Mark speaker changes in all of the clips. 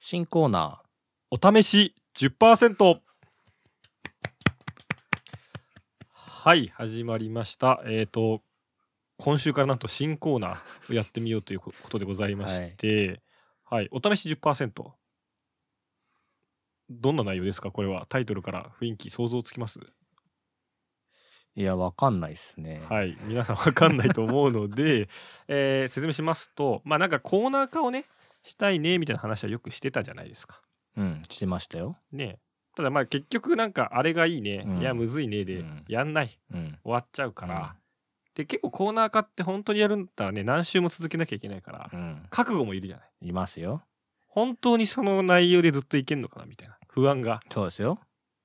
Speaker 1: 新コーナ
Speaker 2: お試し10%はい始まりましたえっ、と今週からなんと新コーナーをやってみようというこことでございましてはい、お試し10%どんな内容ですかこれはタイトルから雰囲気想像つきます
Speaker 1: ーいやわかんないっすね
Speaker 2: はい、皆さんわかんないと思うので、 えー説明しますと、まあなんかコーナー化をね、したいねみたいな話はよくしてたじゃないですか。
Speaker 1: うんしてましたよ
Speaker 2: ね。ただまあ結局なんかあれがいいね、
Speaker 1: うん
Speaker 2: いやむずいね
Speaker 1: う
Speaker 2: で
Speaker 1: ん
Speaker 2: やんない、終
Speaker 1: うん
Speaker 2: わっちゃうから、で結構コーナー化って本当にやるんだったらね何週も続けなきゃいけないから、
Speaker 1: うん
Speaker 2: 覚悟もいるじゃない
Speaker 1: いますよ
Speaker 2: 本当にその内容でずっといけんのかなみたいな不安が
Speaker 1: そうですよ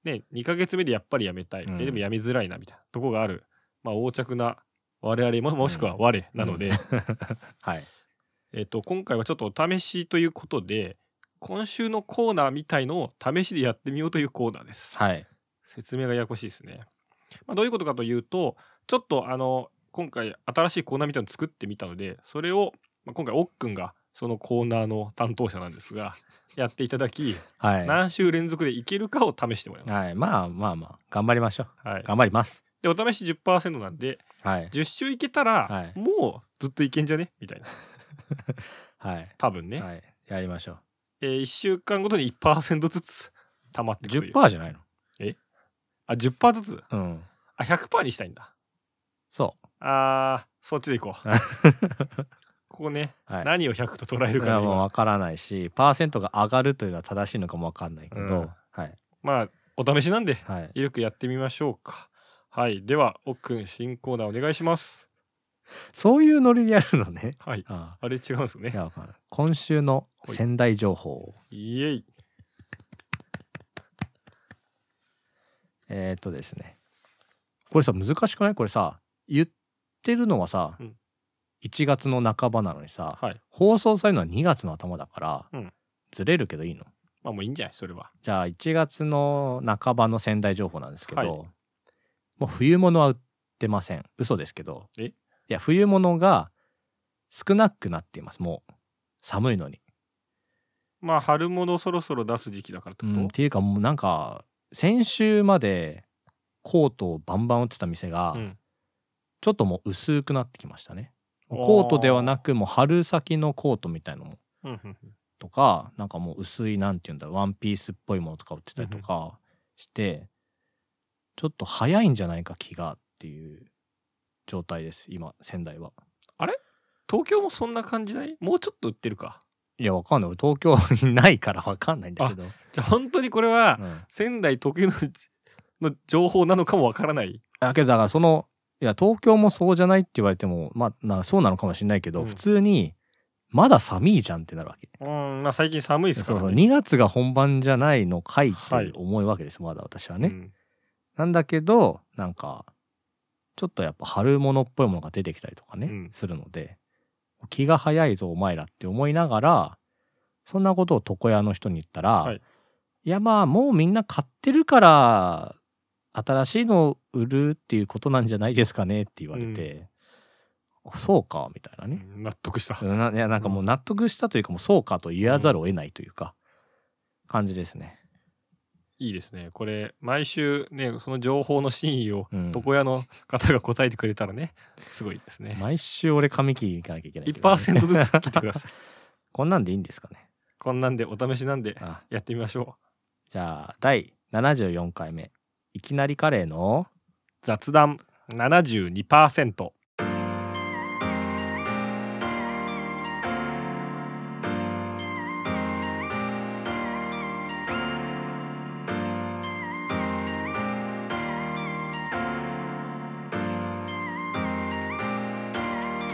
Speaker 2: ね、2ヶ月目でやっぱりやめたい、
Speaker 1: うん
Speaker 2: えでもやめづらいなみたいなとこがある、まあ、横着な我々ももしくは我なので、
Speaker 1: はい
Speaker 2: えっと今回はちょっとお試しということで今週のコーナーみたいのを試しでやってみようというコーナーです、
Speaker 1: はい
Speaker 2: 説明がややこしいですね、まあ、どういうことかというとちょっとあの今回新しいコーナーみたいの作ってみたのでそれを、まあ、今回おっくんがそのコーナーの担当者なんですがやっていただき
Speaker 1: は
Speaker 2: 何週連続でいけるかを試してもらい
Speaker 1: い
Speaker 2: ま
Speaker 1: はいまあまあまあ頑張りましょう
Speaker 2: す、はい、
Speaker 1: 頑張ります
Speaker 2: でお試し10%なんで
Speaker 1: はい
Speaker 2: 10週いけたら、
Speaker 1: はい
Speaker 2: もうずっといけんじゃねみたいな
Speaker 1: はい
Speaker 2: 多分ね、
Speaker 1: はいやりましょう
Speaker 2: えー1週間ごとに1%ずつ溜まってくという
Speaker 1: 10%じゃないの
Speaker 2: あ10%ずつ
Speaker 1: うん
Speaker 2: あ100%にしたいんだ
Speaker 1: そ
Speaker 2: あーそっちでいこう ここね、
Speaker 1: うはい
Speaker 2: 何を100と捉える
Speaker 1: い
Speaker 2: か
Speaker 1: や
Speaker 2: が
Speaker 1: もう
Speaker 2: 今
Speaker 1: 分からないしパーセントが上がるというのは正しいのかも分かんないけど、
Speaker 2: うん
Speaker 1: はい
Speaker 2: まあお試しなんで
Speaker 1: はい
Speaker 2: ゆるくやってみましょうかはいではおっくん新コーナーお願いします
Speaker 1: そういうノリでやるのね
Speaker 2: はい
Speaker 1: あ
Speaker 2: あれ違うんですよ
Speaker 1: あ
Speaker 2: ね
Speaker 1: いや分からない今週の仙台情報
Speaker 2: イエイ
Speaker 1: えー、っとですねこれさ難しくないこれさ言ってるのはさ、
Speaker 2: うん
Speaker 1: 1月の半ばなのにさ
Speaker 2: はい
Speaker 1: 放送されるのは2月の頭だから、
Speaker 2: うん
Speaker 1: ずれるけどいいの
Speaker 2: まあもういいんじゃないそれは
Speaker 1: じゃあ1月の半ばの仙台情報なんですけど、
Speaker 2: はい
Speaker 1: もう冬物は売ってません嘘ですけど
Speaker 2: え
Speaker 1: いや冬物が少なくなっていますもう寒いのに、
Speaker 2: まあ春物そろそろ出す時期だからって
Speaker 1: う
Speaker 2: こと、
Speaker 1: ん、っていうかもうなんか先週までコートをバンバン売ってた店が、
Speaker 2: うん
Speaker 1: ちょっともう薄くなってきましたね
Speaker 2: あー
Speaker 1: コートではなくもう春先のコートみたいのも
Speaker 2: うんうん
Speaker 1: とかなんかもう薄いなんて言うんだろうワンピースっぽいものとか売ってたりとかしてちょっと早いんじゃないか気がっていう状態です今仙台は
Speaker 2: 東京もそんな感じないもうちょっと売ってるか
Speaker 1: いやわかんない俺東京にないからわかんないんだけど、
Speaker 2: じゃあ本当にこれは
Speaker 1: うん
Speaker 2: 仙台特有のの情報なのかもわからない
Speaker 1: だけどだからそのいや東京もそうじゃないって言われてもまあなそうなのかもしれないけど、
Speaker 2: うん
Speaker 1: 普通にまだ寒いじゃんってなるわけ
Speaker 2: うんまあ最近寒いですか
Speaker 1: そう
Speaker 2: ら
Speaker 1: そう
Speaker 2: ね
Speaker 1: 2月が本番じゃないのかいって思うわけです、まだ私はね、
Speaker 2: うん
Speaker 1: なんだけどなんかちょっとやっぱ春物っぽいものが出てきたりとかね、
Speaker 2: うん
Speaker 1: するので気が早いぞお前らって思いながらそんなことを床屋の人に言ったら、
Speaker 2: はい
Speaker 1: い、やまあもうみんな買ってるから新しいのを売るっていうことなんじゃないですかねって言われて、あそうかみたいなね、
Speaker 2: 納得した
Speaker 1: ないやなんかもう納得したというかもうそうかと言わざるを得ないというか、感じですね。
Speaker 2: いいですねこれ毎週ねその情報の真意を
Speaker 1: うん
Speaker 2: 床屋の方が答えてくれたらねすごいですね
Speaker 1: 毎週俺髪切りに行かなきゃいけないけどね、
Speaker 2: 1%ずつ聞いてください
Speaker 1: こんなんでいいんですかね
Speaker 2: こんなんでお試しなんで
Speaker 1: あ
Speaker 2: やってみましょう
Speaker 1: じゃあ第74回目いきなりカレーの
Speaker 2: 雑談72%
Speaker 1: ま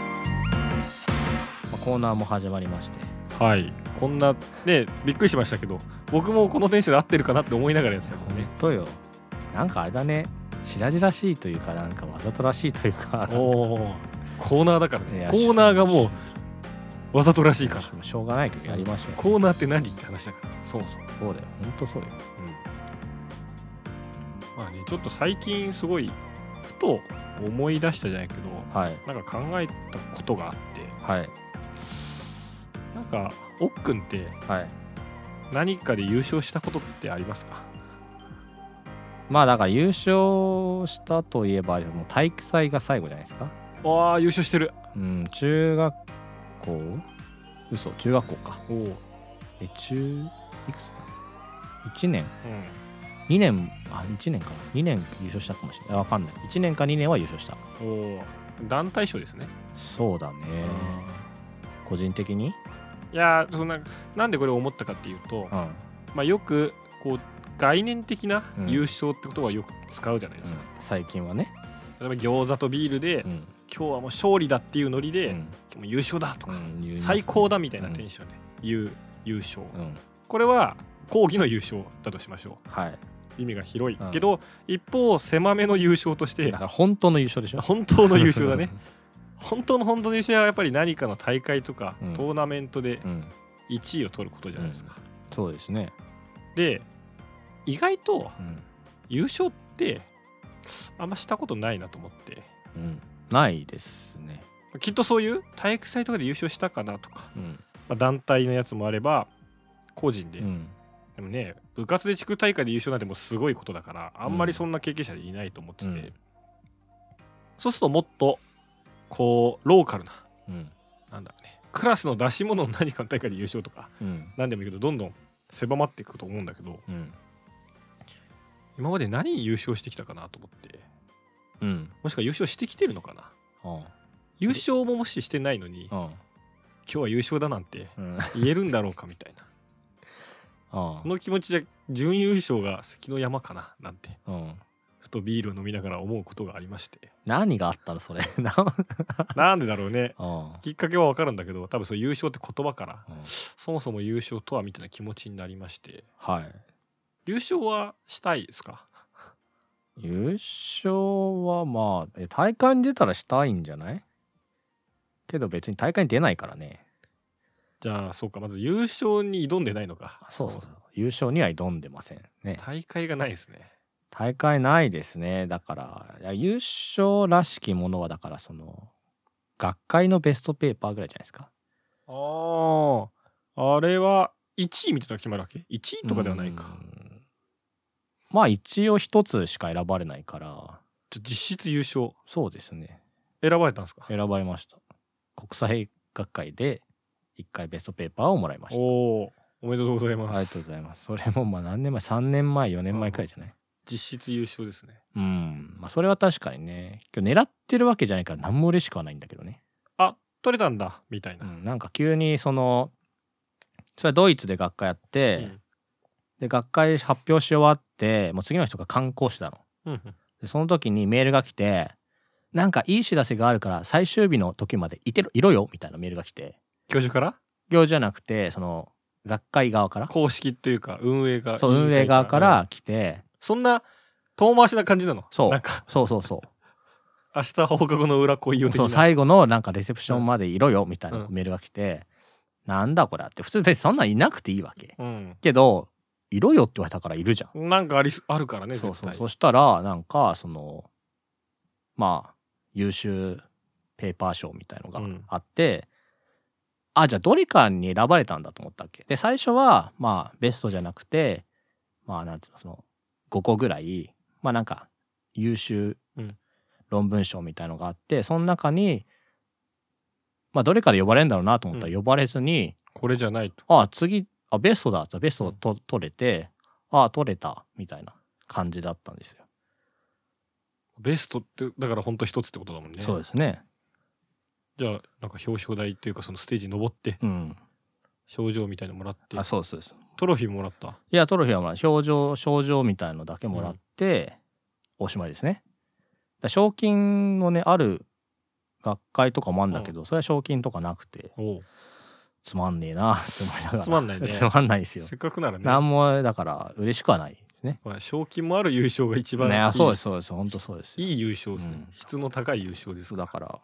Speaker 1: あコーナーも始まりまして
Speaker 2: はいこんなねびっくりしましたけど僕もこのテンションで合ってるかなって思いながらですよね
Speaker 1: 本当よなんかあれだね白々しいというかなんかわざとらしいというか
Speaker 2: おーコーナーだか ら
Speaker 1: い
Speaker 2: ね
Speaker 1: や
Speaker 2: コーナーがもうわざとらしいから
Speaker 1: しょうがないけどやりましょう
Speaker 2: コーナーって何って話だからそもそも、
Speaker 1: そうだよ本当そうよ
Speaker 2: まあねちょっと最近すごいふと思い出したじゃないけど
Speaker 1: はい
Speaker 2: なんか考えたことがあって
Speaker 1: はい
Speaker 2: なんかおっくんって
Speaker 1: はい
Speaker 2: 何かで優勝したことってありますか
Speaker 1: まあだから優勝したといえばもう体育祭が最後じゃないですか
Speaker 2: ああ優勝してる
Speaker 1: うん中学校嘘中学校か
Speaker 2: おお、うん、
Speaker 1: え中いくつだ1年2年あ1年か2年優勝したかもしれないあわかんない1年か2年は優勝した
Speaker 2: おお団体賞ですね、
Speaker 1: そうだね個人的に
Speaker 2: いやーそんななんでこれを思ったかっていうと、
Speaker 1: うんうん
Speaker 2: まあ、よくこう概念的な
Speaker 1: うん
Speaker 2: 優勝ってことはよく使うじゃないですか、
Speaker 1: 最近はね
Speaker 2: 例えば餃子とビールで、
Speaker 1: うん
Speaker 2: 今日はもう勝利だっていうノリで、
Speaker 1: う
Speaker 2: 今
Speaker 1: ん
Speaker 2: 日も優勝だとか、
Speaker 1: うん言いますね
Speaker 2: 最高だみたいなテンションで言う、優勝、
Speaker 1: うん
Speaker 2: これは講義の優勝だとしましょ
Speaker 1: はい、
Speaker 2: う意味が広い、
Speaker 1: うん
Speaker 2: けど一方狭めの優勝として
Speaker 1: だから本当の優勝でしょ
Speaker 2: 本当の優勝だね本当の本当の優勝はやっぱり何かの大会とか、
Speaker 1: うん
Speaker 2: トーナメントで
Speaker 1: うん
Speaker 2: 1位を取ることじゃないですか、
Speaker 1: そうですね、
Speaker 2: で意外と
Speaker 1: うん
Speaker 2: 優勝ってあんましたことないなと思って
Speaker 1: うん、ないですね、
Speaker 2: きっとそういう体育祭とかで優勝したかなとか、
Speaker 1: うん
Speaker 2: まあ、団体のやつもあれば個人で、
Speaker 1: うん、
Speaker 2: でもね部活で地区大会で優勝なんてもうすごいことだからあんまりそんな経験者いないと思ってて、
Speaker 1: うん
Speaker 2: そうするともっとこうローカルな
Speaker 1: うん
Speaker 2: なんだろうねクラスの出し物の何かの大会で優勝とか
Speaker 1: うん
Speaker 2: 何でもいいけどどんどん狭まっていくと思うんだけど
Speaker 1: うん
Speaker 2: 今まで何に優勝してきたかなと思って
Speaker 1: うん
Speaker 2: もしくは優勝してきてるのかな
Speaker 1: うん
Speaker 2: 優勝ももししてないのに今
Speaker 1: うん
Speaker 2: 日は優勝だなんて
Speaker 1: うん
Speaker 2: 言えるんだろうかみたいなこの気持ちじゃ準優勝が関の山かななんて
Speaker 1: うん
Speaker 2: ふとビールを飲みながら思うことがありまして
Speaker 1: 何があったのそれな
Speaker 2: なんでだろうね
Speaker 1: うん
Speaker 2: きっかけはわかるんだけど多分そう優勝って言葉から
Speaker 1: うん
Speaker 2: そもそも優勝とはみたいな気持ちになりまして
Speaker 1: はい
Speaker 2: 優勝はしたいですか
Speaker 1: 優勝はまあえ大会に出たらしたいんじゃないけど別に大会に出ないからね
Speaker 2: じゃあそうかまず優勝に挑んでないのか
Speaker 1: あそうそう優勝には挑んでませんね
Speaker 2: 大会がないですね
Speaker 1: 大会ないですねだからいや優勝らしきものはだからその学会のベストペーパーぐらいじゃないですか
Speaker 2: あああれは1位みたいなのが決まるわけ ?1 位とかではないか
Speaker 1: うんまあ一応一つしか選ばれないから
Speaker 2: じゃあ実質優勝
Speaker 1: そうですね
Speaker 2: 選ばれたんですか
Speaker 1: 選ばれました国際学会で1回ベストペーパーをもらいました
Speaker 2: おおおめでとうございます、
Speaker 1: ありがとうございます。それもまあ何年前 ?3 年前、4年前くらいじゃない
Speaker 2: 実質優勝ですね
Speaker 1: うん。まあそれは確かにね。今日狙ってるわけじゃないから何も嬉しくはないんだけどね。
Speaker 2: あ取れたんだみたいうな、
Speaker 1: ん。なんか急にその、それはドイツで学会やって、で、学会発表し終わって、もう次の人が観光してたの。
Speaker 2: うんうんうん
Speaker 1: で、その時にメールが来て、なんかいい知らせがあるから最終日の時までいてろ、いろよみたいなメールが来て。
Speaker 2: 教授から
Speaker 1: 行じゃなくて、その、学会側から。
Speaker 2: 公式というか運営が
Speaker 1: そう、運営側か
Speaker 2: うん
Speaker 1: ら来て、
Speaker 2: そんな遠回しな感じなの
Speaker 1: そう
Speaker 2: なんか
Speaker 1: そうそうそう。
Speaker 2: 明日放課後の裏来いよ的
Speaker 1: そ
Speaker 2: な
Speaker 1: う最後のなんかレセプションまでいろよみたいな
Speaker 2: うん
Speaker 1: メールが来て、なんだこれって普通別にそんなんいなくていいわけ
Speaker 2: うん
Speaker 1: けどいろよって言われたからいるじゃん、
Speaker 2: なんかありすあるからね
Speaker 1: そうそう
Speaker 2: 絶対
Speaker 1: そしたらなんかそのまあ優秀ペーパー賞みたいのがあって、あじゃあどれかに選ばれたんだと思ったっけで最初はまあベストじゃなくてまあなんていうのその5個ぐらいまあなんか優秀
Speaker 2: うん
Speaker 1: 論文賞みたいのがあってその中にまあどれから呼ばれるんだろうなと思ったら呼ばれずに、
Speaker 2: これじゃないと
Speaker 1: あ次あベストだってベストと取れて、あ取れたみたいな感じだったんですよ。
Speaker 2: ベストってだからほんと一つってことだもんね
Speaker 1: そうですね。
Speaker 2: じゃあなんか表彰台っていうかそのステージに登って
Speaker 1: うん。
Speaker 2: 賞状みたいのもらって
Speaker 1: あそうそうそう。
Speaker 2: トロフィーもらった
Speaker 1: いやトロフィーはまあ表情賞状みたいのだけもらって、おしまいですね。だ賞金のねある学会とかもあるんだけど、それは賞金とかなくて
Speaker 2: おう
Speaker 1: つまんねえなって思いながら
Speaker 2: つまんないね
Speaker 1: つまんないですよ。
Speaker 2: せっかくならね
Speaker 1: なんもだから嬉しくはないですね。
Speaker 2: まあ賞金もある優勝が一番いい,、
Speaker 1: ねあそうですそうです本当そうですよ。
Speaker 2: いい優勝ですね、
Speaker 1: うん
Speaker 2: 質の高い優勝です
Speaker 1: そうだから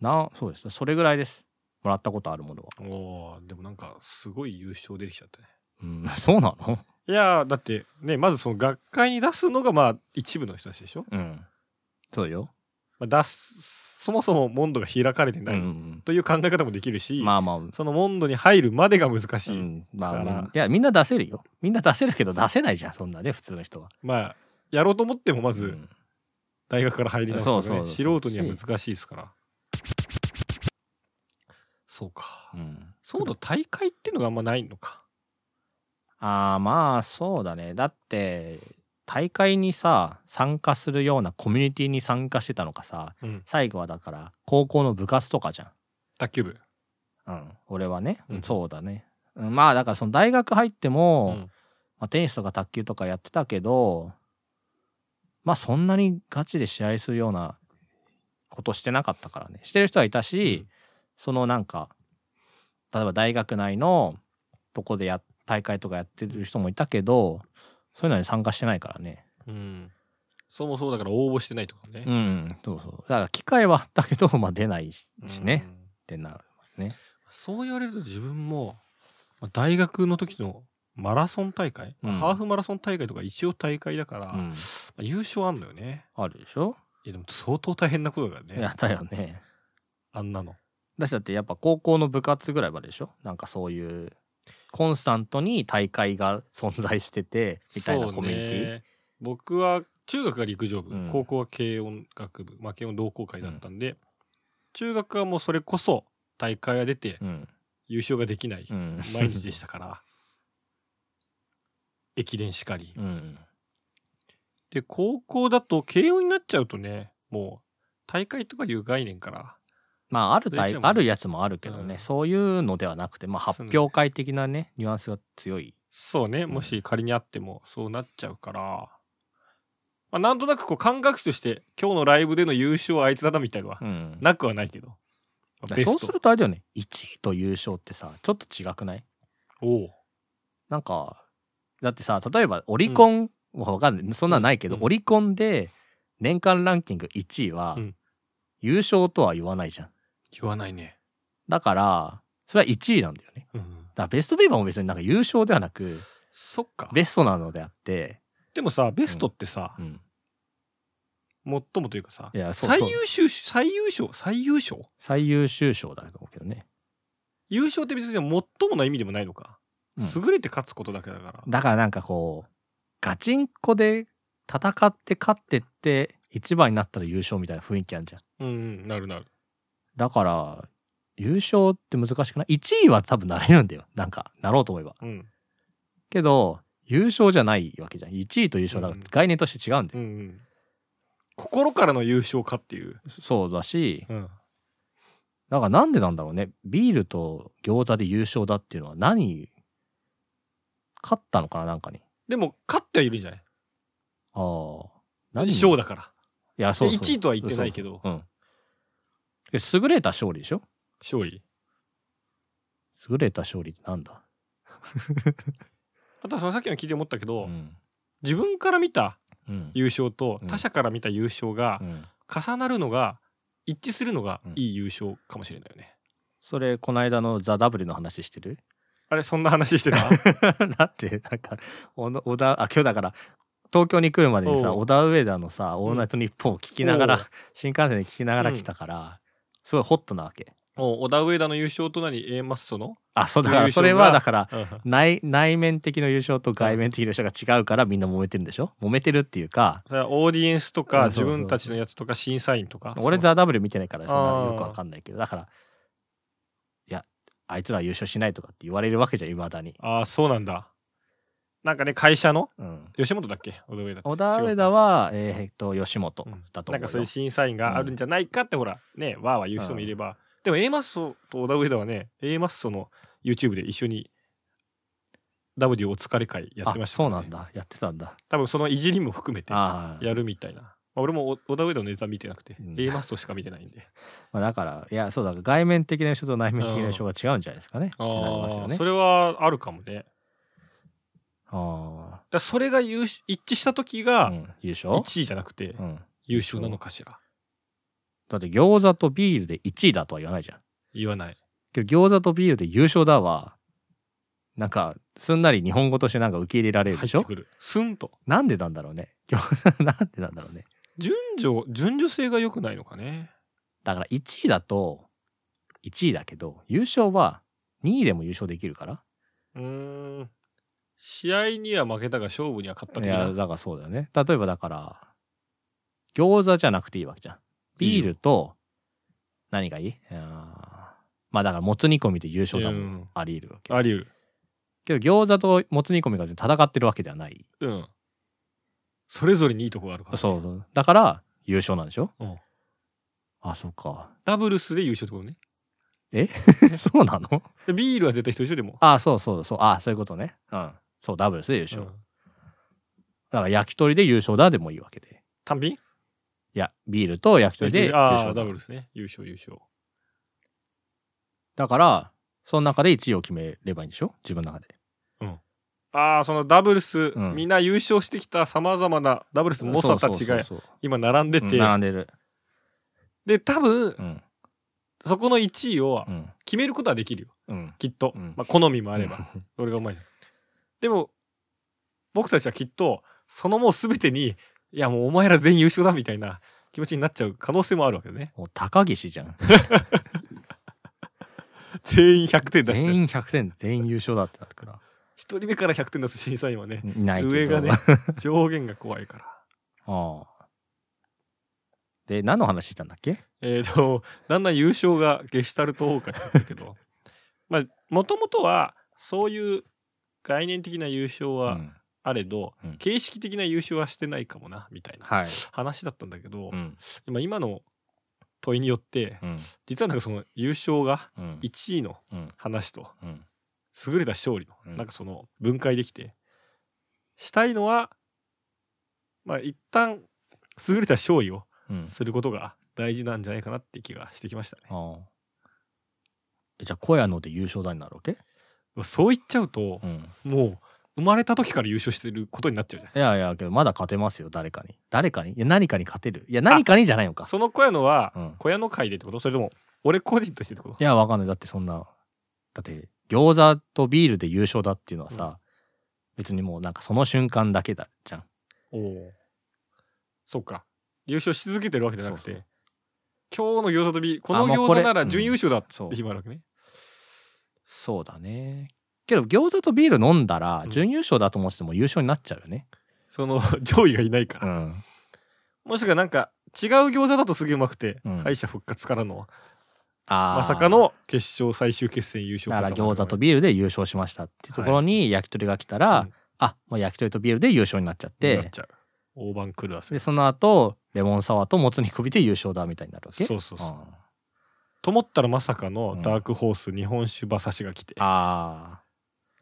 Speaker 1: なそうですそれぐらいですもらったことあるものは。
Speaker 2: おーでもなんかすごい優勝出てきちゃったね
Speaker 1: うん、 そうなの？
Speaker 2: いやーだってねまずその学会に出すのがまあ一部の人たちでしょ、
Speaker 1: うん、そうよ。
Speaker 2: まあ、出すそもそもモンドが開かれてない、
Speaker 1: うん
Speaker 2: という考え方もできるし、
Speaker 1: まあまあ、
Speaker 2: そのモンドに入るまでが難
Speaker 1: う
Speaker 2: しい、
Speaker 1: ん、まあ
Speaker 2: だから
Speaker 1: うんいやみんな出せるよみんな出せるけど出せないじゃんそんなね普通の人は。
Speaker 2: まあやろうと思ってもま
Speaker 1: う
Speaker 2: ず
Speaker 1: ん
Speaker 2: 大学から入りますからね、
Speaker 1: そうそうそう
Speaker 2: 素人には難しいですからそうか
Speaker 1: うん
Speaker 2: そうだ大会っていうのがあんまないのか
Speaker 1: ああまあそうだねだって大会にさ参加するようなコミュニティに参加してたのかさ
Speaker 2: うん
Speaker 1: 最後はだから高校の部活とかじゃん。
Speaker 2: 卓球部
Speaker 1: うん、俺はね、
Speaker 2: うん
Speaker 1: そうだね、うんまあだからその大学入っても、
Speaker 2: うん
Speaker 1: まあ、テニスとか卓球とかやってたけどまあそんなにガチで試合するようなことしてなかったからねしてる人はいたし、
Speaker 2: うん
Speaker 1: そのなんか例えば大学内のとこでや大会とかやってる人もいたけどそういうのに参加してないからね
Speaker 2: うんそもそもだから応募してないとかね、
Speaker 1: うんそうそうだから機会はあったけど、まあ、出ないししね、っ
Speaker 2: うん
Speaker 1: てなりますね
Speaker 2: そう言われると自分もまあ大学の時のマラソン大会、まあ
Speaker 1: うん
Speaker 2: ハーフマラソン大会とか一応大会だから、
Speaker 1: う
Speaker 2: ま
Speaker 1: ん
Speaker 2: あ優勝あんのよね
Speaker 1: あるでしょ、
Speaker 2: いやでも相当大変なことだからね
Speaker 1: やったよね
Speaker 2: あんなの
Speaker 1: だしだってやっぱ高校の部活ぐらいまででしょなんかそういうコンスタントに大会が存在しててみたいな
Speaker 2: そう
Speaker 1: コミュニティ、
Speaker 2: ね僕は中学が陸上部、
Speaker 1: うん
Speaker 2: 高校は軽音楽部まあ軽音同好会だったんで、中学はもうそれこそ大会が出て
Speaker 1: うん
Speaker 2: 優勝ができない
Speaker 1: うん、
Speaker 2: 毎日でしたから、 駅伝しかり、
Speaker 1: うん
Speaker 2: で高校だと慶応になっちゃうとねもう大会とかいう概念から
Speaker 1: まああるタイ
Speaker 2: それじゃもう
Speaker 1: あるやつもあるけどね、
Speaker 2: うん
Speaker 1: そういうのではなくて、まあ、
Speaker 2: そう
Speaker 1: 発
Speaker 2: ね
Speaker 1: 表会的なねニュアンスが強い、
Speaker 2: そうね
Speaker 1: ん
Speaker 2: もし仮にあってもそうなっちゃうから、まあ、なんとなくこう感覚値として今日のライブでの優勝はあいつだなみたいのは
Speaker 1: うん、
Speaker 2: なくはないけど、まあ
Speaker 1: だから
Speaker 2: ベスト
Speaker 1: そうするとあれだよね1位と優勝ってさちょっと違くない
Speaker 2: おう
Speaker 1: なんかだってさ例えばオリコン、わかんないそんなんないけど、
Speaker 2: うん
Speaker 1: オリコンで年間ランキング1位は、
Speaker 2: うん
Speaker 1: 優勝とは言わないじゃん
Speaker 2: 言わないね、
Speaker 1: だから、それは1位なんだよね。
Speaker 2: うん
Speaker 1: だからベストビーバーも別になんか優勝ではなく、
Speaker 2: そっか
Speaker 1: ベストなのであって、
Speaker 2: でもさベストってさ、
Speaker 1: うん。
Speaker 2: 最もというかさ
Speaker 1: いや、そう
Speaker 2: 最
Speaker 1: そう。
Speaker 2: 優秀最優勝最優勝
Speaker 1: 最優秀賞だと思うけどね。
Speaker 2: 優勝って別に最もな意味でもないのか、
Speaker 1: うん
Speaker 2: 優れて勝つことだけだから
Speaker 1: だからなんかこう、ガチンコで戦って勝ってって、一番になったら優勝みたいな雰囲気あるじゃん。
Speaker 2: うんうんなるなる
Speaker 1: だから、優勝って難しくない ?1 位は多分なれるんだよ。なんか、なろうと思えば。
Speaker 2: うん
Speaker 1: けど、優勝じゃないわけじゃん。1位と優勝だか
Speaker 2: うん
Speaker 1: ら概念として違うんだ
Speaker 2: う
Speaker 1: よ。
Speaker 2: んうん心からの優勝かっていう、
Speaker 1: そうだし、
Speaker 2: うん、
Speaker 1: なんかなんでなんだろうね。ビールと餃子で優勝だっていうのは何勝ったのかななんかに。
Speaker 2: でも勝ってはいるんじゃない
Speaker 1: ああ。何
Speaker 2: 勝だから
Speaker 1: いや、そうそう。
Speaker 2: 1位とは言ってないけど
Speaker 1: そうそううん。優れた勝利でしょ
Speaker 2: 勝利
Speaker 1: 優れた勝利ってなんだ
Speaker 2: あとはそのさっきの聞いて思ったけ
Speaker 1: う
Speaker 2: ど、
Speaker 1: ん。
Speaker 2: 自分から見た
Speaker 1: うん。
Speaker 2: 優勝と
Speaker 1: うん
Speaker 2: 他者から見た優勝が
Speaker 1: うん
Speaker 2: 重なるのが一致するのが
Speaker 1: うん
Speaker 2: いい優勝かもしれないよね、
Speaker 1: それ、この間のザ・ダブルの話して る
Speaker 2: あれそんな 話してた
Speaker 1: だって、なんか、おの小田、あ、今日だから、東京に来るまでにさ、
Speaker 2: おう
Speaker 1: 小田上田のさ、オールナイトニッポンを聞きながら、
Speaker 2: おう
Speaker 1: 新幹線で聞きながら来たから、すごいホットなわけ。
Speaker 2: お小田上田の優勝と何 A マッソの、
Speaker 1: あ、そうだ
Speaker 2: 優
Speaker 1: から、そ
Speaker 2: 勝が
Speaker 1: れはだから、
Speaker 2: うん
Speaker 1: 内内面的な優勝と外面的な優勝が違うからみんな揉めてるんでしょ揉めてるっていうか
Speaker 2: それはオーディエンスと
Speaker 1: う
Speaker 2: か
Speaker 1: んそう
Speaker 2: 自
Speaker 1: そう
Speaker 2: 分たちのやつとか審査員とか
Speaker 1: 俺
Speaker 2: だ
Speaker 1: ザ・ W 見てないからそん
Speaker 2: あー
Speaker 1: なよくわかんないけどだからいやあいつらは優勝しないとかって言われるわけじゃんいまだに、
Speaker 2: ああそうなんだなんかね会社の
Speaker 1: うん、
Speaker 2: 吉本だっけ小田上田って
Speaker 1: 小田上田はえーっと吉本
Speaker 2: うん
Speaker 1: だと
Speaker 2: な
Speaker 1: 思
Speaker 2: ん
Speaker 1: うよ、
Speaker 2: かそういう審査員があるんじゃないかって、ほらねわーわー言う人もいれば、でも A マッソと小田上田はね A マッソの YouTube で一緒に W お疲れ会やってま
Speaker 1: あ
Speaker 2: したか
Speaker 1: そう
Speaker 2: らね、
Speaker 1: なんだやってたんだ
Speaker 2: 多分そのいじりも含めてや
Speaker 1: ああ、
Speaker 2: るみたいな、まあ、俺もお小田上田のネタ見てなくて、
Speaker 1: うん
Speaker 2: A マッソしか見てないんで
Speaker 1: まあ、だからいやそうだ外面的な優勝と内面的な優勝が違うんじゃないですかね、ってなりますよ
Speaker 2: ああ
Speaker 1: ね
Speaker 2: それはあるかもねだか
Speaker 1: あ
Speaker 2: らそれが優勝一致した時
Speaker 1: あ、う
Speaker 2: が
Speaker 1: ん、優勝、
Speaker 2: 1位じゃなくて
Speaker 1: うん、
Speaker 2: 優勝なのかしら、
Speaker 1: だって餃子とビールで1位だとは言わないじゃん
Speaker 2: 言わない
Speaker 1: けど餃子とビールで優勝だわなんかすんなり日本語としてなんか受け入れられ
Speaker 2: 入
Speaker 1: るで
Speaker 2: っ
Speaker 1: してょ
Speaker 2: くるスンと
Speaker 1: なんでなん だろうね餃子なんでなんだろうね
Speaker 2: 順序順序性が良くないのかね
Speaker 1: だから1位だと1位だけど優勝は2位でも優勝できるから
Speaker 2: うーん試合には負けたが勝負には勝った
Speaker 1: い
Speaker 2: 的
Speaker 1: や
Speaker 2: な
Speaker 1: だからそうだよね例えばだから餃子じゃなくていいわけじゃんビールと何がいいあーまあだからもつ煮込みで優勝だもん、
Speaker 2: うん
Speaker 1: あり得るわけ
Speaker 2: あり得る
Speaker 1: けど餃子ともつ煮込みが戦ってるわけではない
Speaker 2: うんそれぞれにいいとこがあるからね、
Speaker 1: そうそうだから優勝なんでしょ、
Speaker 2: うん
Speaker 1: あそう か
Speaker 2: ダブルスで優勝ってことね
Speaker 1: そうなの
Speaker 2: でビールは絶対人一緒でも
Speaker 1: あそうそうそうあそういうことねうんそうダブルスで優勝、
Speaker 2: うん
Speaker 1: だから焼き鳥で優勝だでもいいわけで
Speaker 2: 単品
Speaker 1: いやビールと焼き鳥で優
Speaker 2: ああ
Speaker 1: 勝
Speaker 2: ダ
Speaker 1: だ
Speaker 2: ブルスね優勝優勝
Speaker 1: だからその中で1位を決めればいいんでしょ自分の中で
Speaker 2: ああそのダブルス、
Speaker 1: ん
Speaker 2: みんな優勝してきたさまざまなダブルスの猛者たちが
Speaker 1: そうそうそう
Speaker 2: 今並んで
Speaker 1: そう
Speaker 2: て、
Speaker 1: うん並んでる
Speaker 2: で多分、
Speaker 1: うん
Speaker 2: そこの1位を
Speaker 1: うん
Speaker 2: 決めることはできるよ
Speaker 1: うん
Speaker 2: きっと、
Speaker 1: うん
Speaker 2: まあ、好みもあ
Speaker 1: あ
Speaker 2: れば、俺がうまいじゃんでも僕たちはきっとそのもう全てにいやもうお前ら全員優勝だみたいな気持ちになっちゃう可能性もあるわけだね
Speaker 1: もう高岸じゃん
Speaker 2: 全員100点出して
Speaker 1: 全
Speaker 2: 1
Speaker 1: 員100点全員優勝だってなるから
Speaker 2: 人目から100点出す審査員はね
Speaker 1: いないけど
Speaker 2: 上 がね上限が怖いから
Speaker 1: ああで何の話したんだっけ
Speaker 2: えー、と だんだん優勝がゲシュタルト崩壊してるけど まあもともとはそういう概念的な優勝
Speaker 1: う
Speaker 2: は
Speaker 1: ん
Speaker 2: あれど、
Speaker 1: うん
Speaker 2: 形式的な優勝はしてないかもなみたいな
Speaker 1: はい
Speaker 2: 話だったんだけど、
Speaker 1: うん
Speaker 2: まあ今の問いによって
Speaker 1: うん
Speaker 2: 実はなんかその優勝が
Speaker 1: うん
Speaker 2: 1位の
Speaker 1: うん
Speaker 2: 話と
Speaker 1: うん
Speaker 2: 優れた勝利の、
Speaker 1: うん
Speaker 2: なんかその分解できてしたいのはまあ一旦優れた勝利を
Speaker 1: うん
Speaker 2: することが大事なんじゃないかなって気がしてきましたね。
Speaker 1: ああえじゃあ小屋ので優勝だになるわけ
Speaker 2: そう言っちゃうと
Speaker 1: う、ん
Speaker 2: もう生まれた時から優勝してることになっちゃうじゃ
Speaker 1: いやいやけどまだ勝てますよ誰かに誰かにいや何かに勝てるいや何かにじゃないの
Speaker 2: ん
Speaker 1: か
Speaker 2: その小屋のは、
Speaker 1: うん
Speaker 2: 小屋の会でってことそれとも俺個人としてってこと
Speaker 1: いや、わかんない。だってそんな、だって餃子とビールで優勝だっていうのはさ、
Speaker 2: うん
Speaker 1: 別にもうなんかその瞬間だけだじゃん。
Speaker 2: おおそっか優勝し続けてるわけじゃなくて
Speaker 1: そう
Speaker 2: 今日の餃子とびこの
Speaker 1: もうこ
Speaker 2: 餃子
Speaker 1: れ
Speaker 2: なら準優勝だっ
Speaker 1: そう
Speaker 2: て。日もあるわけね、
Speaker 1: そうだね。けど餃子とビール飲んだら
Speaker 2: う、ん
Speaker 1: 準優勝だと思ってても優勝になっちゃうよね。
Speaker 2: その 上位がいないか
Speaker 1: う
Speaker 2: ら、
Speaker 1: ん。
Speaker 2: もしくはなんか違う餃子だとすげえうまくて、
Speaker 1: うん
Speaker 2: 敗者復活からの
Speaker 1: あー
Speaker 2: まさか。の決勝最終決戦優勝
Speaker 1: だから
Speaker 2: パターンもあ
Speaker 1: 餃
Speaker 2: る
Speaker 1: 子とビールで優勝しましたっていうところに焼き鳥が来たら、
Speaker 2: うん
Speaker 1: あもう焼き鳥とビールで優勝になっちゃっ
Speaker 2: なってちゃう大盤狂わせ
Speaker 1: でその後レモンサワーともつ煮込みで優勝だみたいになるわけ
Speaker 2: そうそうそう
Speaker 1: あー
Speaker 2: と思ったらまさかの
Speaker 1: うん
Speaker 2: ダークホース日本酒馬刺しが来て、
Speaker 1: あ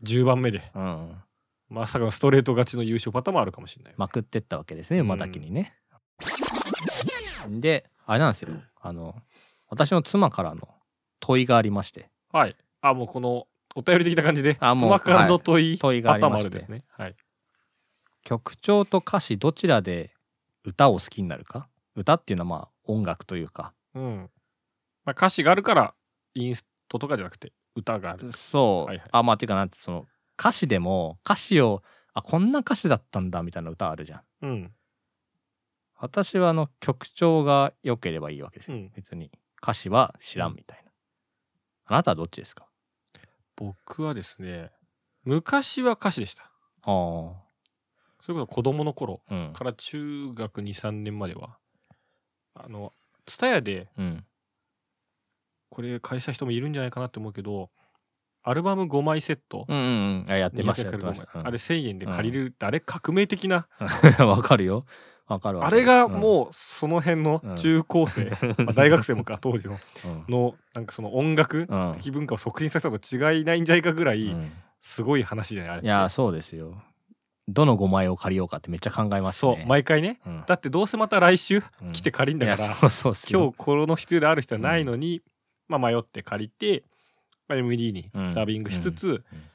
Speaker 2: 10番目で
Speaker 1: ーうん
Speaker 2: まさかのストレート勝ちの優勝パターンもあるかもしれないよ、
Speaker 1: まくってったわけですね
Speaker 2: うん
Speaker 1: 馬だけにね。であれなんですよあの私の妻からの問いがありまして
Speaker 2: はいあもうこのお便り的な感じで
Speaker 1: あもう
Speaker 2: 妻からの問い、
Speaker 1: 問いがあ
Speaker 2: パ
Speaker 1: り
Speaker 2: ターン
Speaker 1: ま
Speaker 2: もあ
Speaker 1: し
Speaker 2: る
Speaker 1: て
Speaker 2: ですねはい
Speaker 1: 曲調と歌詞どちらで歌を好きになるか歌っていうのはまあ音楽というか
Speaker 2: うんまあ、歌詞があるからインストとかじゃなくて歌がある
Speaker 1: そう、
Speaker 2: はいはい
Speaker 1: あまあっていうかなんてその歌詞でも歌詞をあこんな歌詞だったんだみたいな歌あるじゃん。
Speaker 2: うん
Speaker 1: 私はあの曲調が良ければいいわけですよ、
Speaker 2: うん
Speaker 1: 別に歌詞は知らんみたいな。あなたはどっちですか
Speaker 2: 僕はですね昔は歌詞でした
Speaker 1: ああ、
Speaker 2: それこそ子供の頃
Speaker 1: うん。
Speaker 2: から中学23年まではあの蔦屋で
Speaker 1: うん。
Speaker 2: これ会社人もいるんじゃないかなって思うけどアルバム5枚セット
Speaker 1: うんうんうん。あやってました、
Speaker 2: 200
Speaker 1: やってました。
Speaker 2: あれ1000円で借りるって、あれ革命的な、
Speaker 1: うん わかるよ。わかるわ
Speaker 2: あ
Speaker 1: かる
Speaker 2: れが
Speaker 1: うん、
Speaker 2: もうその辺の
Speaker 1: うん
Speaker 2: 中高生、 まあ大学生もか当時の
Speaker 1: うん
Speaker 2: のなんかその音楽
Speaker 1: うん
Speaker 2: 的文化を促進させたと違いないんじゃないかぐら
Speaker 1: う
Speaker 2: い
Speaker 1: ん
Speaker 2: すごい話じゃないあれって
Speaker 1: いや、そうですよ。どの5枚を借りようかってめっちゃ考えますね。
Speaker 2: そう毎回ね
Speaker 1: うん、
Speaker 2: だってどうせまた来週
Speaker 1: うん
Speaker 2: 来て借りんだか
Speaker 1: いや
Speaker 2: ら、
Speaker 1: そうそうっす
Speaker 2: 今
Speaker 1: よ
Speaker 2: 日この必要である人はないのに、まあ、迷って借りて、まあ、MD に
Speaker 1: うん
Speaker 2: ダビングしつつ、
Speaker 1: うん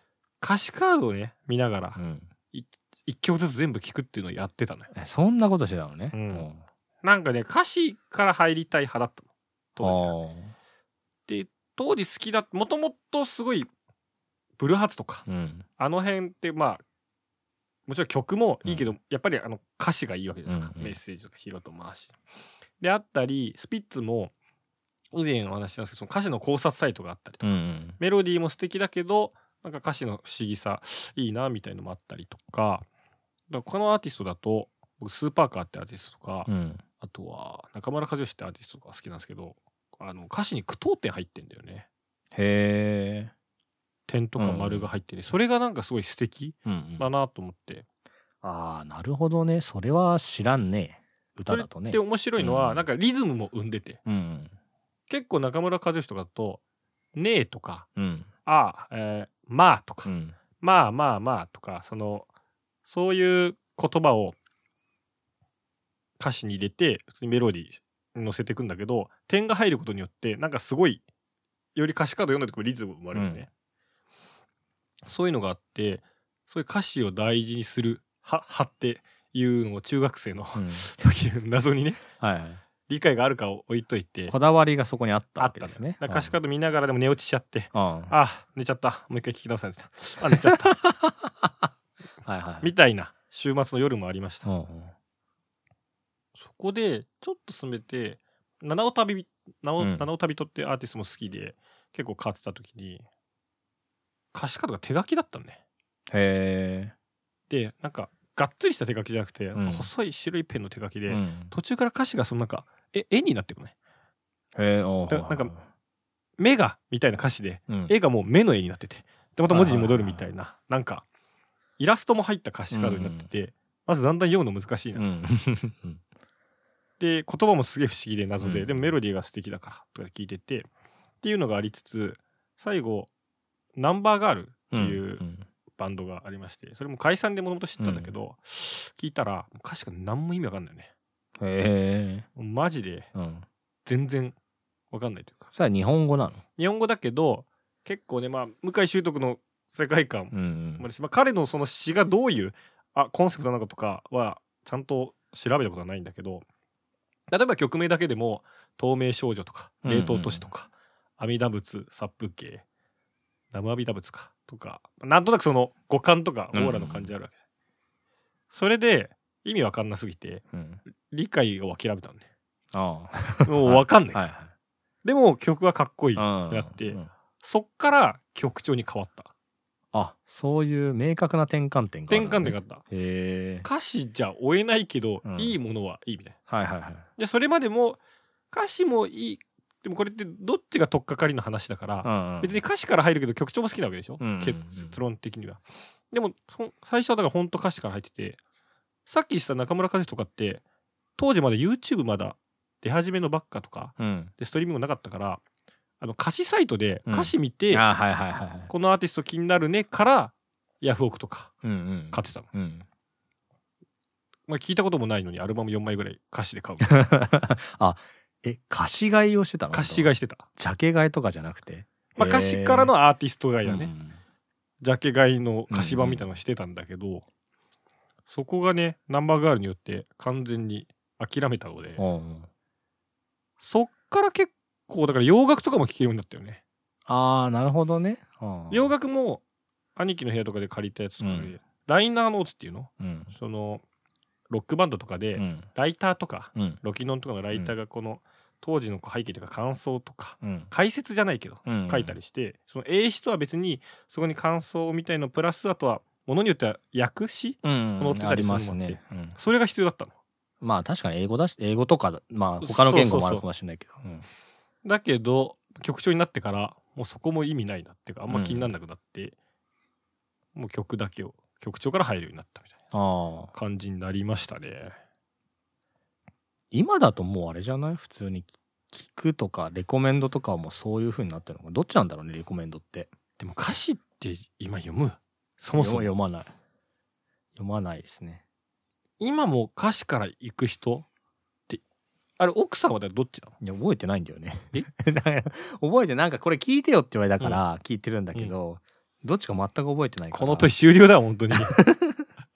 Speaker 2: 歌詞カードをね見ながら
Speaker 1: うん
Speaker 2: 1曲ずつ全部聞くっていうのをやってたのよ
Speaker 1: えそんなことしてたのね。
Speaker 2: うんなんかね歌詞から入りたい派だったの当時はで当時好きだもともとすごいブルーハーツとか
Speaker 1: あーうん。
Speaker 2: あの辺ってまあもちろん曲もいいけど、やっぱりあの歌詞がいいわけですから、
Speaker 1: うんうん
Speaker 2: メッセージとか拾うと回しであったりスピッツも以前お話ししたんですけどその歌詞の考察サイトがあったりと
Speaker 1: う
Speaker 2: か、
Speaker 1: んうん
Speaker 2: メロディーも素敵だけどなんか歌詞の不思議さいいなみたいのもあったりとかだからこのアーティストだと僕スーパーカーってアーティストとか、
Speaker 1: うん
Speaker 2: あとは中村和義ってアーティストとか好きなんですけどあの歌詞に句読点入ってんだよね
Speaker 1: へえ
Speaker 2: 点とか丸が入ってて、それがなんかすごい素敵
Speaker 1: うんうん
Speaker 2: だなと思って、
Speaker 1: ああなるほどねそれは知らんね歌だとね
Speaker 2: で面白いのは、
Speaker 1: うん
Speaker 2: なんかリズムも生んでて
Speaker 1: うん
Speaker 2: 結構中村和義とかだと「ねえ」とか
Speaker 1: うん
Speaker 2: 「ああ」えーまあ」とか、
Speaker 1: うん
Speaker 2: まあまあまあ」とかそのそういう言葉を歌詞に入れて普通にメロディーに乗せていくんだけど点が入ることによってなんかすごいより歌詞カード読んだ時もリズムも生まれるよね、そういうのがあってそういう歌詞を大事にするははっていうのを中学生の
Speaker 1: うん
Speaker 2: 時の謎にね
Speaker 1: はいは
Speaker 2: 理解があるかを置いといて
Speaker 1: いこだわりがそこにあった
Speaker 2: あ
Speaker 1: わ
Speaker 2: っ
Speaker 1: け
Speaker 2: たん
Speaker 1: で
Speaker 2: ですすね
Speaker 1: ね
Speaker 2: だから歌詞カード見ながらでも寝落ちしちゃって
Speaker 1: うんうんは
Speaker 2: あ寝ちゃったもう一回聞き直されてたあ寝ちゃった
Speaker 1: いはい
Speaker 2: みたいな週末の夜もありました、
Speaker 1: うんうん
Speaker 2: そこでちょっと進めて七尾旅七尾,、
Speaker 1: うん
Speaker 2: 七尾旅人ってアーティストも好きで結構変わってた時に歌詞カードが手書きだったのね
Speaker 1: へ
Speaker 2: でなんかがっつりした手書きじゃなくて、
Speaker 1: ん
Speaker 2: なんか細い白いペンの手書き
Speaker 1: え
Speaker 2: で、
Speaker 1: うん
Speaker 2: 途中から歌詞がそのなんかえ絵になってくのね
Speaker 1: へえおう
Speaker 2: だなんか目がみたいな歌詞で
Speaker 1: うん
Speaker 2: 絵がもう目の絵になっててでまた文字に戻るみたいななんかイラストも入った歌詞カードになってて、まずだんだん読むの難しいな、
Speaker 1: う
Speaker 2: っ
Speaker 1: んうん
Speaker 2: て言葉もすげえ不思議で謎で、
Speaker 1: うん
Speaker 2: でもメロディーが素敵だからとか聞いててっていうのがありつつ最後ナンバーガールっていう
Speaker 1: うん
Speaker 2: バンドがありましてそれも解散でもともと知ったんだけど、聞いたら歌詞が何も意味わかんないよね
Speaker 1: へえ
Speaker 2: もうマジで
Speaker 1: うん
Speaker 2: 全然わかんないというか
Speaker 1: それは日本語なの
Speaker 2: 日本語だけど結構ねまあ向井秀徳の世界観
Speaker 1: うんうん
Speaker 2: もあるしまあ、彼のその詩がどういうあコンセプトなのかとかはちゃんと調べたことはないんだけど例えば曲名だけでも「透明少女」とか「
Speaker 1: うんうん
Speaker 2: 冷凍都市」とか「阿弥陀仏殺風景」「生阿弥陀仏か」とかなんとなくその五感とかオーラの感じあるわけ、それで意味わかんなすぎて
Speaker 1: うん
Speaker 2: 理解を諦めたのね
Speaker 1: ああ
Speaker 2: もうわかんない、
Speaker 1: はい
Speaker 2: でも曲がかっこいい、
Speaker 1: はい
Speaker 2: やって
Speaker 1: うん
Speaker 2: そっから曲調に変わった
Speaker 1: あそういう明確な転換点がある
Speaker 2: 転
Speaker 1: のね
Speaker 2: 換点があった
Speaker 1: へえ
Speaker 2: 歌詞じゃ追えないけど、
Speaker 1: うん
Speaker 2: いいものはいいみたいな
Speaker 1: はいはいはい
Speaker 2: でそれまでも歌詞もいいでもこれってどっちが取っかかりの話だから、
Speaker 1: うんうん
Speaker 2: 別に歌詞から入るけど曲調も好きなわけでしょ、
Speaker 1: うんうんうん
Speaker 2: 結論的にはでもほん最初はだから本当歌詞から入っててさっきした中村和志とかって当時まだ YouTube まだ出始めのばっかとか
Speaker 1: うん
Speaker 2: でストリーミングもなかったからあの歌詞サイトで
Speaker 1: うん
Speaker 2: 歌詞見て、
Speaker 1: あはいはいはいはい
Speaker 2: このアーティスト気になるねからヤフオクとか
Speaker 1: うんうん
Speaker 2: 買ってたの、
Speaker 1: うん
Speaker 2: まあ、聞いたこともないのにアルバム4枚ぐらい歌詞で買う
Speaker 1: あえ貸し買いをしてたの
Speaker 2: 歌詞買いしてた、
Speaker 1: ジャケ買いとかじゃなくて
Speaker 2: まあ、歌詞からのアーティスト買
Speaker 1: い
Speaker 2: いだね、ジャケ買いの菓子版みたいなのしてたんだけど、そこがねナンバーガールによって完全に諦めたので、そっから結構だから洋楽とかも聴けるようになったよね、
Speaker 1: ああなるほどねうん
Speaker 2: 洋楽も兄貴の部屋とかで借りたやつとかで、
Speaker 1: うん
Speaker 2: ライナーノーツっていうの
Speaker 1: うん
Speaker 2: そのロックバンドとかで、
Speaker 1: うん
Speaker 2: ライターとか
Speaker 1: うん
Speaker 2: ロキノンとかのライターがこの当時のこう背景とか感想とか
Speaker 1: うん
Speaker 2: 解説じゃないけど
Speaker 1: うん
Speaker 2: 書いたりして、その英詞とは別にそこに感想みたいのプラスあとはものによっては訳詞
Speaker 1: うん
Speaker 2: 載ってたりするのもあって
Speaker 1: ありますねうん
Speaker 2: それが必要だったの。
Speaker 1: まあ確かに英語だし英語とかまあ他の言語もあるかもしれないけどうん
Speaker 2: だけど曲調になってからもうそこも意味ないなっていうかあんま気になんなくなって、もう曲だけを曲調から入るようになったみたいな
Speaker 1: ああ
Speaker 2: 感じになりましたね。
Speaker 1: 今だともうあれじゃない普通に聞くとかレコメンドとかはもうそういう風になってるのかどっちなんだろうねレコメンドって
Speaker 2: でも歌詞って今読むそもそも
Speaker 1: 読まない読まないですね
Speaker 2: 今も歌詞から行く人ってあれ奥さんはどっちなの
Speaker 1: いや覚えてないんだよね
Speaker 2: え
Speaker 1: なんか 覚えてなんかこれ聞いてよって言われたから聞いてるんだけど、どっちか全く覚えてないから
Speaker 2: この問い終了だ 本当に
Speaker 1: ちょっ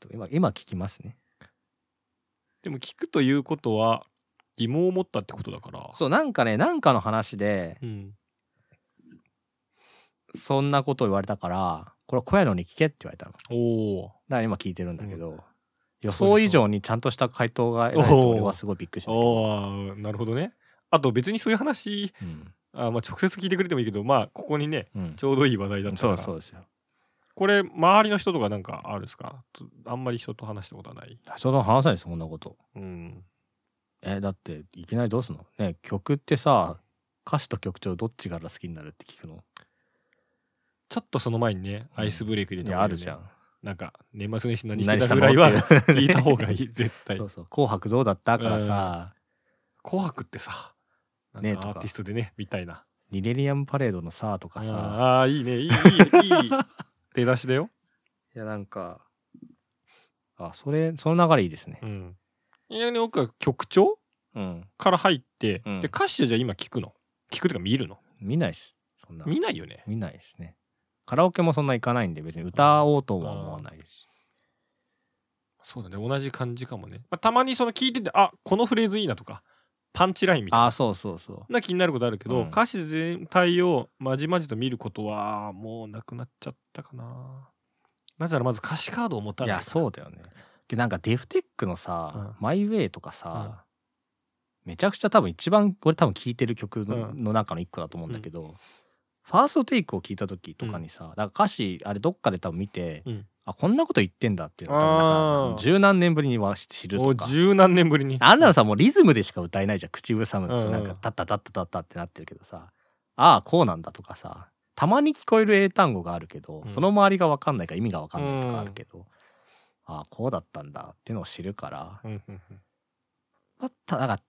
Speaker 1: と今今聞きますね
Speaker 2: でも聞くということは疑問を持ったってことだから
Speaker 1: そうなんかねなんかの話で
Speaker 2: うん、
Speaker 1: そんなこと言われたからこれ小屋のに聞けって言われたのだか
Speaker 2: おお
Speaker 1: ら今聞いてるんだけど、予
Speaker 2: そう
Speaker 1: 想
Speaker 2: でしょ
Speaker 1: 以上にちゃんとした回答が得られて俺はすごいびっくりしたんだけど
Speaker 2: ああなるほどねあと別にそういう話
Speaker 1: うん
Speaker 2: あまあ直接聞いてくれてもいいけどまあここにね
Speaker 1: うん
Speaker 2: ちょうどいい話題だったか
Speaker 1: そ
Speaker 2: ら
Speaker 1: うそうですよ
Speaker 2: これ周りの人とかなんかあるんですかとあんまり人と話したことはない、
Speaker 1: その話さないですそんなこと
Speaker 2: うん、
Speaker 1: えだっていきなりどうすんのね曲ってさ歌詞と曲調どっちから好きになるって聞くの
Speaker 2: ちょっとその前にねアイスブレイク入れ
Speaker 1: い
Speaker 2: た
Speaker 1: や
Speaker 2: 方
Speaker 1: あ
Speaker 2: がい
Speaker 1: る
Speaker 2: いよね
Speaker 1: じゃん
Speaker 2: なんか年末年始何して
Speaker 1: 何したた
Speaker 2: ぐ
Speaker 1: のっ
Speaker 2: ら
Speaker 1: て
Speaker 2: い
Speaker 1: いう
Speaker 2: は聞いた方 がいい絶対
Speaker 1: そうそう「紅白どうだった?」からさ
Speaker 2: 紅白ってさなんか
Speaker 1: ねえとか
Speaker 2: アーティストでねみたいな
Speaker 1: 「リレリアムパレードのさ」とかさ
Speaker 2: あーあーいいねいいい いいい出だしだよ、
Speaker 1: いやなんかあそれその流れいいですね
Speaker 2: うん、非常に僕は曲調
Speaker 1: うん
Speaker 2: から入って、
Speaker 1: うん
Speaker 2: で歌詞をじゃあ今聞くの聞くとか見るの
Speaker 1: 見ないっすそんな
Speaker 2: 見ないよね
Speaker 1: 見ないですねカラオケもそんな行かないんで別に歌おうとも思わないですし
Speaker 2: そうだね同じ感じかもね、まあ、たまにその聞いててあこのフレーズいいなとかパンチラインみたい
Speaker 1: あ
Speaker 2: な
Speaker 1: あそうそうそう
Speaker 2: な気になることあるけど、
Speaker 1: うん
Speaker 2: 歌詞全体をまじまじと見ることはもうなくなっちゃったかななぜならまず歌詞カードを持た
Speaker 1: い
Speaker 2: ない
Speaker 1: やそう
Speaker 2: う
Speaker 1: だよねでなんかデフテックのさ「
Speaker 2: う
Speaker 1: マイウェイ」とかさ、めちゃくちゃ多分一番俺多分聴いてる曲の,、
Speaker 2: うん
Speaker 1: 中の一個だと思うんだけど、ファーストテイクを聞いた時とかにさ、なんか歌詞あれどっかで多分見て、
Speaker 2: うん
Speaker 1: あこんなこと言ってんだっていうのを多分なん
Speaker 2: あー
Speaker 1: か十何年ぶりには知る
Speaker 2: も
Speaker 1: と
Speaker 2: う
Speaker 1: か
Speaker 2: 十何年ぶりに
Speaker 1: あんなのさもうリズムでしか歌えないじゃん口ずさむ
Speaker 2: うん
Speaker 1: と
Speaker 2: うん
Speaker 1: なんかタッタタッタタッタってなってるけどさああこうなんだとかさたまに聞こえる英単語があるけど、
Speaker 2: うん
Speaker 1: その周りが分かんないから意味が分かんないとかあるけど、ああこうだったんだっていうのを知るから、
Speaker 2: うんうんうん
Speaker 1: まあただから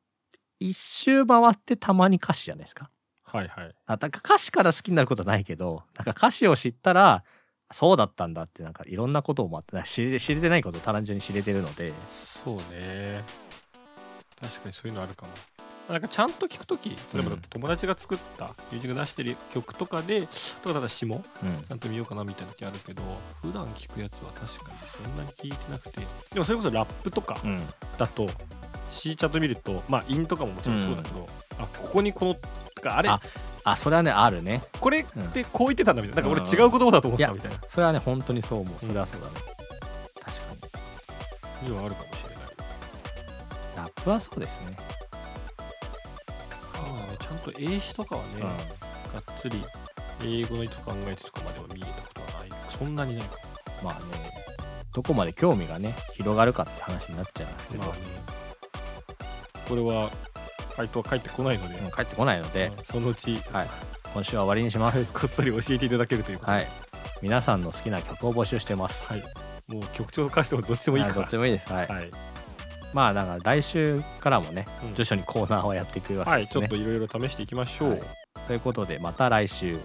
Speaker 1: 一周回ってたまに歌詞じゃないですか。
Speaker 2: はいはい
Speaker 1: あなんか歌詞から好きになることはないけどなんか歌詞を知ったらそうだったんだってなんかいろんなことを思ってなんか知れ知れてないことを単純に知れてるので
Speaker 2: そうね確かにそういうのあるかもなんかちゃんと聞くとき例えば
Speaker 1: うん
Speaker 2: 友達が作った友人が出してる曲とかでとかだったら詞も
Speaker 1: うん
Speaker 2: ちゃんと見ようかなみたいな時あるけど普段聞くやつは確かにそんなに聞いてなくてでもそれこそラップとか
Speaker 1: うん
Speaker 2: だと C チャート見るとまあ韻とかももちろんそうだけど、あここにこのとかあれ
Speaker 1: ああそれはねあるね
Speaker 2: これ
Speaker 1: うん
Speaker 2: ってこう言ってたんだみたいななん
Speaker 1: う
Speaker 2: か
Speaker 1: ん
Speaker 2: 俺違う言葉だと思っ
Speaker 1: い
Speaker 2: て
Speaker 1: や
Speaker 2: たみたいな
Speaker 1: それはね本当にそう思うそれはそうだね、確かに
Speaker 2: にはあるかもしれない
Speaker 1: ラップはそうですね、
Speaker 2: そうだねちゃんと英詞とかはね、がっつり英語の意図考えてとかまでは見れたことはないそんなにないか
Speaker 1: まあねどこまで興味がね広がるかって話になっちゃいますけ
Speaker 2: も
Speaker 1: ど、
Speaker 2: まあねこれは回答は返ってこないので、
Speaker 1: うん帰ってこないので、
Speaker 2: そのうち、
Speaker 1: はい今週は終わりにします
Speaker 2: こっそり教えていただけるということで、
Speaker 1: はい皆さんの好きな曲を募集してます
Speaker 2: はいもう曲調と歌詞とかどっちでもいい
Speaker 1: は
Speaker 2: か
Speaker 1: いど
Speaker 2: ら
Speaker 1: っちでもいいですはい、
Speaker 2: はい
Speaker 1: まあだから来週からもね
Speaker 2: うん
Speaker 1: 徐々にコーナーをやっていくわ
Speaker 2: は
Speaker 1: けで
Speaker 2: い、
Speaker 1: す
Speaker 2: ち
Speaker 1: ね、
Speaker 2: ょっといろいろ試していきましょう。
Speaker 1: はいということでまた来週